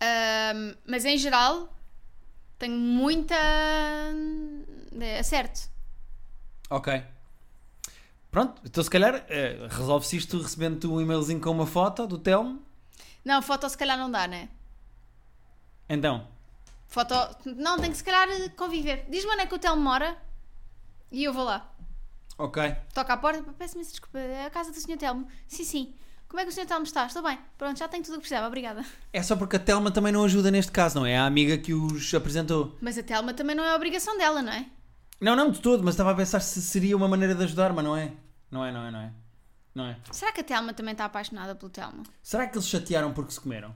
A: Ahm, mas em geral, tenho muita. eh, acerto.
B: Ok. Pronto, então se calhar eh, resolve-se isto recebendo-te um e-mailzinho com uma foto do Telmo.
A: Não, foto se calhar não dá, né?
B: Então,
A: Foto. Não, tenho que se calhar conviver. Diz-me onde é que o Telmo mora e eu vou lá.
B: ok.
A: Toca à porta, "Pá, peço-me imensa desculpa, é a casa do Sr. Telmo. Sim, sim. Como é que o Sr. Telmo está? Estou bem. Pronto, já tenho tudo o que precisava, obrigada.
B: É só porque a Telma também não ajuda neste caso, não é? A amiga que os apresentou.
A: Mas a Telma também não é obrigação dela, não é?
B: Não, não de todo, mas estava a pensar se seria uma maneira de ajudar, mas não é. Não é, não é, não é. Não é.
A: Será que a Telma também está apaixonada pelo Telmo?
B: Será que eles chatearam porque se comeram?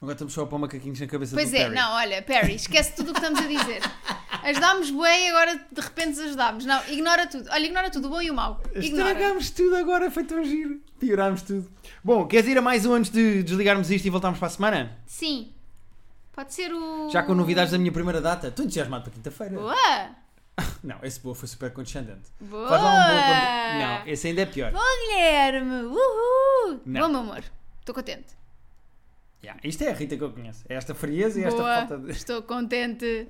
B: Agora estamos só para macaquinhos na cabeça
A: Pois
B: do
A: é,
B: Perry.
A: não, olha, Perry, esquece tudo o que estamos a dizer. <laughs> Ajudámos bué e agora de repente desajudámos. Não, ignora tudo. Olha, ignora tudo, o bom e o mau. Ignora.
B: Estragámos tudo agora, foi tão giro. Piorámos tudo. Bom, queres ir a mais um antes de desligarmos isto e voltarmos para a semana?
A: Sim. Pode ser o.
B: Já com novidades da minha primeira data. Estou entusiasmado para quinta-feira.
A: Boa!
B: Não, esse boa foi super condescendente.
A: Boa!
B: Faz lá um boa conde- Não, esse ainda é pior.
A: Bom, Guilherme! Uhul!
B: Não.
A: Bom, meu amor. Estou contente.
B: Yeah, isto é a Rita que eu conheço. É esta frieza e esta
A: Boa.
B: falta de.
A: Estou contente.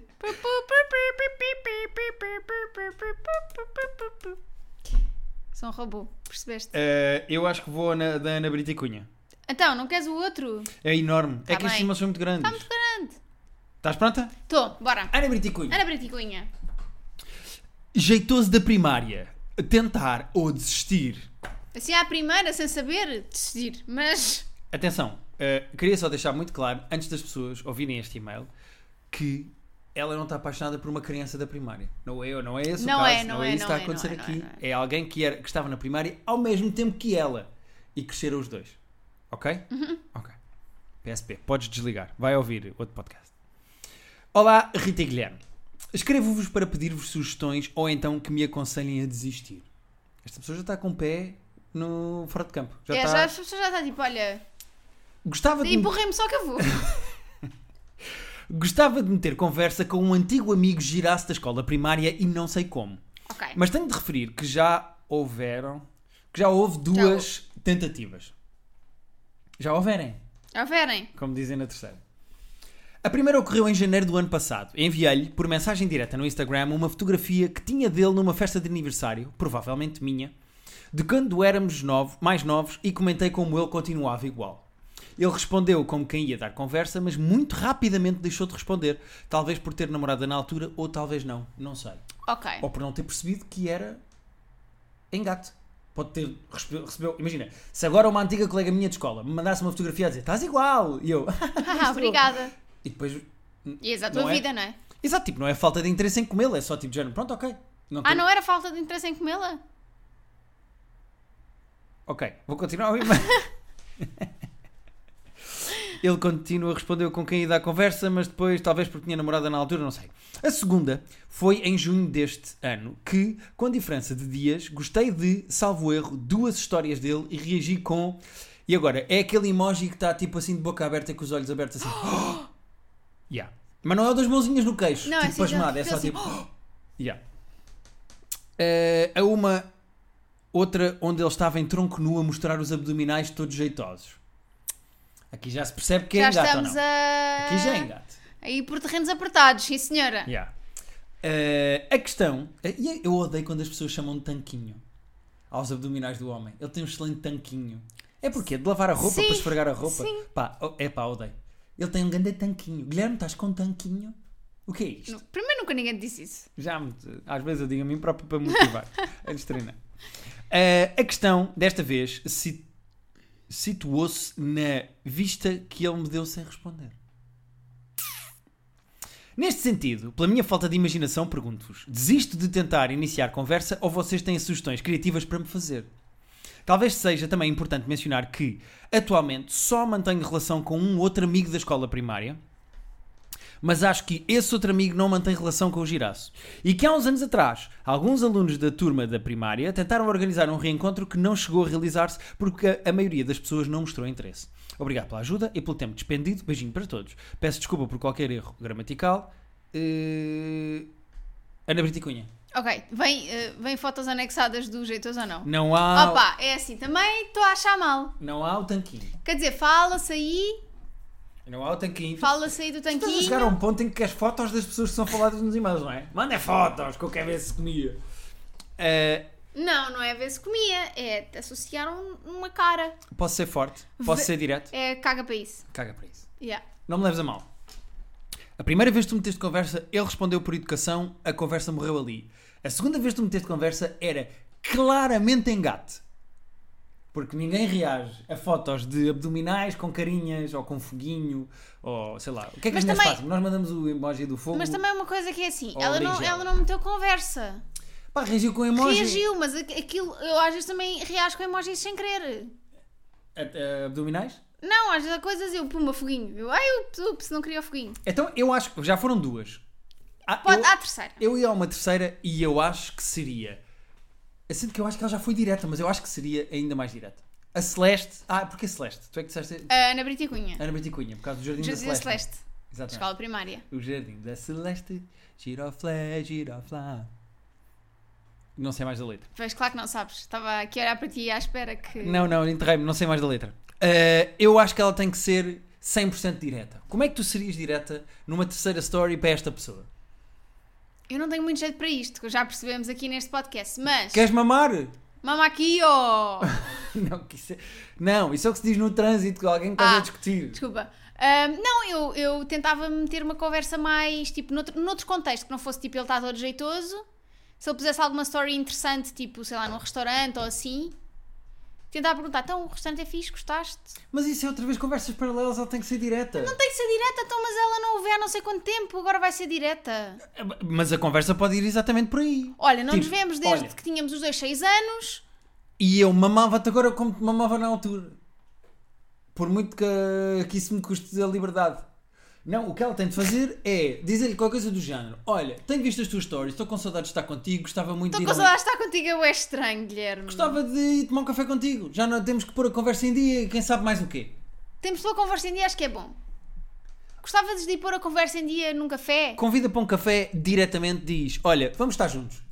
A: São um robô, percebeste?
B: Eh, eu acho que vou na, da Ana Brita e Cunha.
A: Então, não queres o outro?
B: É enorme. é
A: Tá
B: que as
A: bem.
B: filmes são muito grandes.
A: Está muito grande.
B: Estás pronta?
A: Tô, bora.
B: Ana Brita e Cunha.
A: Ana Braticuinha.
B: Jeitoso da primária. Tentar ou desistir.
A: Assim à primeira, sem saber, decidir. Mas.
B: Atenção, uh, queria só deixar muito claro, antes das pessoas ouvirem este e-mail, que ela não está apaixonada por uma criança da primária. Não é eu, não é esse o
A: Não
B: caso,
A: é, não é,
B: isso que
A: não
B: está
A: é,
B: a acontecer
A: não é, não
B: aqui.
A: é, não
B: é. alguém que, era, que estava na primária ao mesmo tempo que ela e cresceram os dois. Ok?
A: Uhum.
B: Ok. PSP, podes desligar. Vai ouvir outro podcast. Olá, Rita e Guilherme. Escrevo-vos para pedir-vos sugestões ou então que me aconselhem a desistir. Esta pessoa já está com o pé no fora de campo. Já tá.
A: é,
B: está...
A: já, as pessoas já está tipo, olha,
B: Gostava de me
A: empurrei-me só que eu vou.
B: Gostava de meter conversa com um antigo amigo girasse da escola primária e não sei como.
A: ok.
B: Mas tenho de referir que já houveram, que já houve duas tentativas. Já houverem,
A: Já verem.
B: como dizem na terceira. A primeira ocorreu em janeiro do ano passado. Enviei-lhe, por mensagem direta no Instagram, uma fotografia que tinha dele numa festa de aniversário, provavelmente minha, de quando éramos novo- mais novos e comentei como ele continuava igual. Ele respondeu como quem ia dar conversa, mas muito rapidamente deixou de responder, talvez por ter namorada na altura ou talvez não, não sei.
A: Ok.
B: Ou por não ter percebido que era engate. Pode ter respe- recebeu. Imagina, se agora uma antiga colega minha de escola me mandasse uma fotografia a dizer estás igual, e
A: <laughs>
B: eu. <laughs>
A: Ah, obrigada.
B: e depois.
A: E és a tua
B: Não é?
A: vida, não é?
B: Exato, tipo, não é falta de interesse em comê-la, é só tipo de género. Pronto, ok. Não
A: Ah,
B: tenho-
A: não era falta de interesse em comê-la?
B: Ok, vou continuar o
A: <laughs>
B: e-mail. Ele continua, respondeu com quem ia dar conversa, mas depois, talvez porque tinha namorada na altura, não sei. A segunda foi em junho deste ano, que, com diferença de dias, gostei de, salvo erro, duas histórias dele e reagi com. E agora, é aquele emoji que está tipo assim de boca aberta e com os olhos abertos assim.
A: <gasps>
B: <gasps> yeah. Mas não é o das mãozinhas no queixo,
A: Não, é
B: tipo
A: assim,
B: pasmado, é
A: aquele
B: só
A: assim,
B: tipo. <gasps>
A: <gasps>
B: yeah. Eh, a uma Outra onde ele estava em tronco nu a mostrar os abdominais todos jeitosos. Aqui já se percebe que é
A: já
B: engate ou
A: estamos
B: não.
A: a.
B: Aqui já é engate.
A: a ir por terrenos apertados, sim senhora.
B: Yeah. Eh, a questão... e Eu odeio quando as pessoas chamam de tanquinho aos abdominais do homem. Ele tem um excelente tanquinho. É porque De lavar a roupa?
A: Sim,
B: Para esfregar a roupa?
A: sim.
B: Pá, oh, é pá, odeio. Ele tem um grande tanquinho. Guilherme, estás com tanquinho? O que é isto?
A: Nu- Primeiro nunca ninguém te disse isso.
B: Já me- às vezes eu digo a mim próprio para me motivar <laughs> antes de treinar. Eh, a questão, desta vez, si- situou-se na vista que ele me deu sem responder. Neste sentido, pela minha falta de imaginação, pergunto-vos: desisto de tentar iniciar conversa ou vocês têm sugestões criativas para me fazer? Talvez seja também importante mencionar que, atualmente, só mantenho relação com um outro amigo da escola primária, mas acho que esse outro amigo não mantém relação com o Giraço. E que há uns anos atrás, alguns alunos da turma da primária tentaram organizar um reencontro que não chegou a realizar-se porque a- a maioria das pessoas não mostrou interesse. Obrigado pela ajuda e pelo tempo despendido. Beijinho para todos. Peço desculpa por qualquer erro gramatical. Eh, Ana Briticunha.
A: Ok, vem, eh, vem fotos anexadas do jeitoso ou não?
B: Não há,
A: Opa, é assim, também estou a achar mal.
B: não há o tanquinho.
A: Quer dizer, fala-se aí,
B: Não há o tanquinho.
A: fala-se aí do
B: Estás a
A: tanquinho.
B: chegar a um ponto em que queres fotos das pessoas que são faladas nos e-mails, não é? Manda fotos, que eu quero ver se comia. Eh,
A: Não, não é ver se comia, é associar um- uma cara.
B: Posso ser forte? Posso
A: Ve-
B: ser direto?
A: É caga para isso.
B: Caga para isso.
A: Yeah.
B: Não me leves a mal. A primeira vez que tu meteste conversa, ele respondeu por educação, a conversa morreu ali. A segunda vez que tu meteste conversa era claramente engate. Porque ninguém reage a fotos de abdominais com carinhas ou com foguinho ou sei lá. O que é que
A: Mas
B: as mulheres
A: também-
B: fazem? Nós mandamos o emoji do fogo.
A: Mas também é uma coisa que é assim,
B: Ou
A: ela não,
B: berinjela.
A: ela não meteu conversa.
B: Pá, reagiu com emoji.
A: Reagiu, mas aqu- aquilo, eu às vezes também reajo com emojis sem querer.
B: A- a- abdominais?
A: Não, às vezes há coisas eu, puma, foguinho. Eu, ai, ups, ups, não queria o foguinho.
B: Então eu acho que já foram duas. Ah,
A: Pode,
B: eu-
A: há a terceira.
B: Eu ia a uma terceira e eu acho que seria. Eu sinto que eu acho que ela já foi direta, mas eu acho que seria ainda mais direta. A Celeste. Ah, porque a Celeste? Tu é que disseste.
A: A Ah, Ana Brita e Cunha.
B: Ana Brita e Cunha, por causa do Jardim da
A: Jardim da
B: Celeste.
A: Celeste,
B: Exatamente.
A: escola primária.
B: O Jardim da Celeste. Giroflé, giroflá. Não sei mais da letra.
A: Pois, claro que não sabes. Estava aqui a olhar para ti e à espera que...
B: Não, não, enterrei-me, não sei mais da letra. Ah, eu acho que ela tem que ser 100% direta. Como é que tu serias direta numa terceira story para esta pessoa?
A: Eu não tenho muito jeito para isto, que já percebemos aqui neste podcast. Mas,
B: Queres mamar? <laughs>
A: mama aqui, ó...
B: Não, que isso é... não, isso é o que se diz no trânsito com alguém que estás
A: Ah,
B: a discutir.
A: Desculpa. Ahm, não, eu, eu tentava meter uma conversa mais, tipo, noutro, noutro contexto, que não fosse, tipo, ele está todo jeitoso. Se ele pusesse alguma story interessante, tipo, sei lá, num restaurante ou assim. Tentava perguntar, então, o restaurante é fixe, gostaste?
B: Mas isso é outra vez conversas paralelas, ela tem que ser direta.
A: Não tem que ser direta, então, mas ela não houve há não sei quanto tempo, agora vai ser direta.
B: Mas a conversa pode ir exatamente por aí.
A: Olha, não nos
B: Tipo,
A: vemos desde
B: olha.
A: que tínhamos os dois seis anos.
B: E eu mamava-te agora como te mamava na altura. Por muito que, que isso me custe a liberdade. Não, o que ela tem de fazer é dizer-lhe qualquer coisa do género. Olha, tenho visto as tuas stories, estou com saudades de estar contigo, gostava muito
A: Estou
B: de ir
A: com
B: ao-
A: saudades de estar contigo, eu é estranho, Guilherme.
B: Gostava de ir tomar um café contigo. Já não temos que pôr a conversa em dia e quem sabe mais o quê.
A: Temos tua conversa em dia, acho que é bom. Gostavas de ir pôr a conversa em dia num café?
B: convida para um café, diretamente diz: Olha, vamos estar juntos.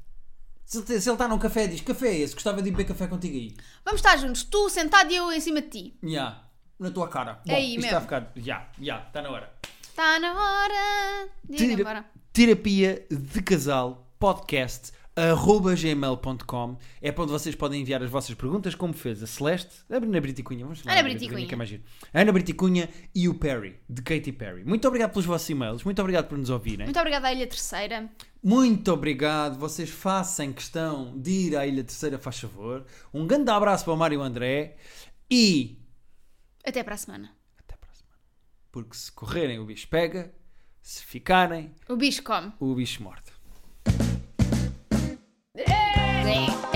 B: Se ele, tá, se ele está num café, diz: Café é esse, gostava de ir beber café contigo aí.
A: Vamos estar juntos, tu sentado e eu em cima de ti.
B: Ya, na tua cara.
A: É
B: Bom,
A: aí
B: isto
A: mesmo.
B: está a ficar. Ya, ya, está na hora.
A: Está Tá na hora de ir embora.
B: terapia de casal podcast arroba gmail.com é para onde vocês podem enviar as vossas perguntas como fez a Celeste, a Ana Briticunha vamos chamar
A: Ana
B: a
A: Briticunha.
B: que é mais giro. A Ana Briticunha e o Perry, de Katy Perry muito obrigado pelos vossos e-mails, muito obrigado por nos ouvirem
A: Muito obrigada à Ilha Terceira.
B: Muito obrigado, vocês façam questão de ir à Ilha Terceira, faz favor. Um grande abraço para o Mário André e
A: Até para a semana.
B: até para a semana. Porque se correrem, o bicho pega, se ficarem,
A: O bicho come.
B: o bicho morde.
A: Blé.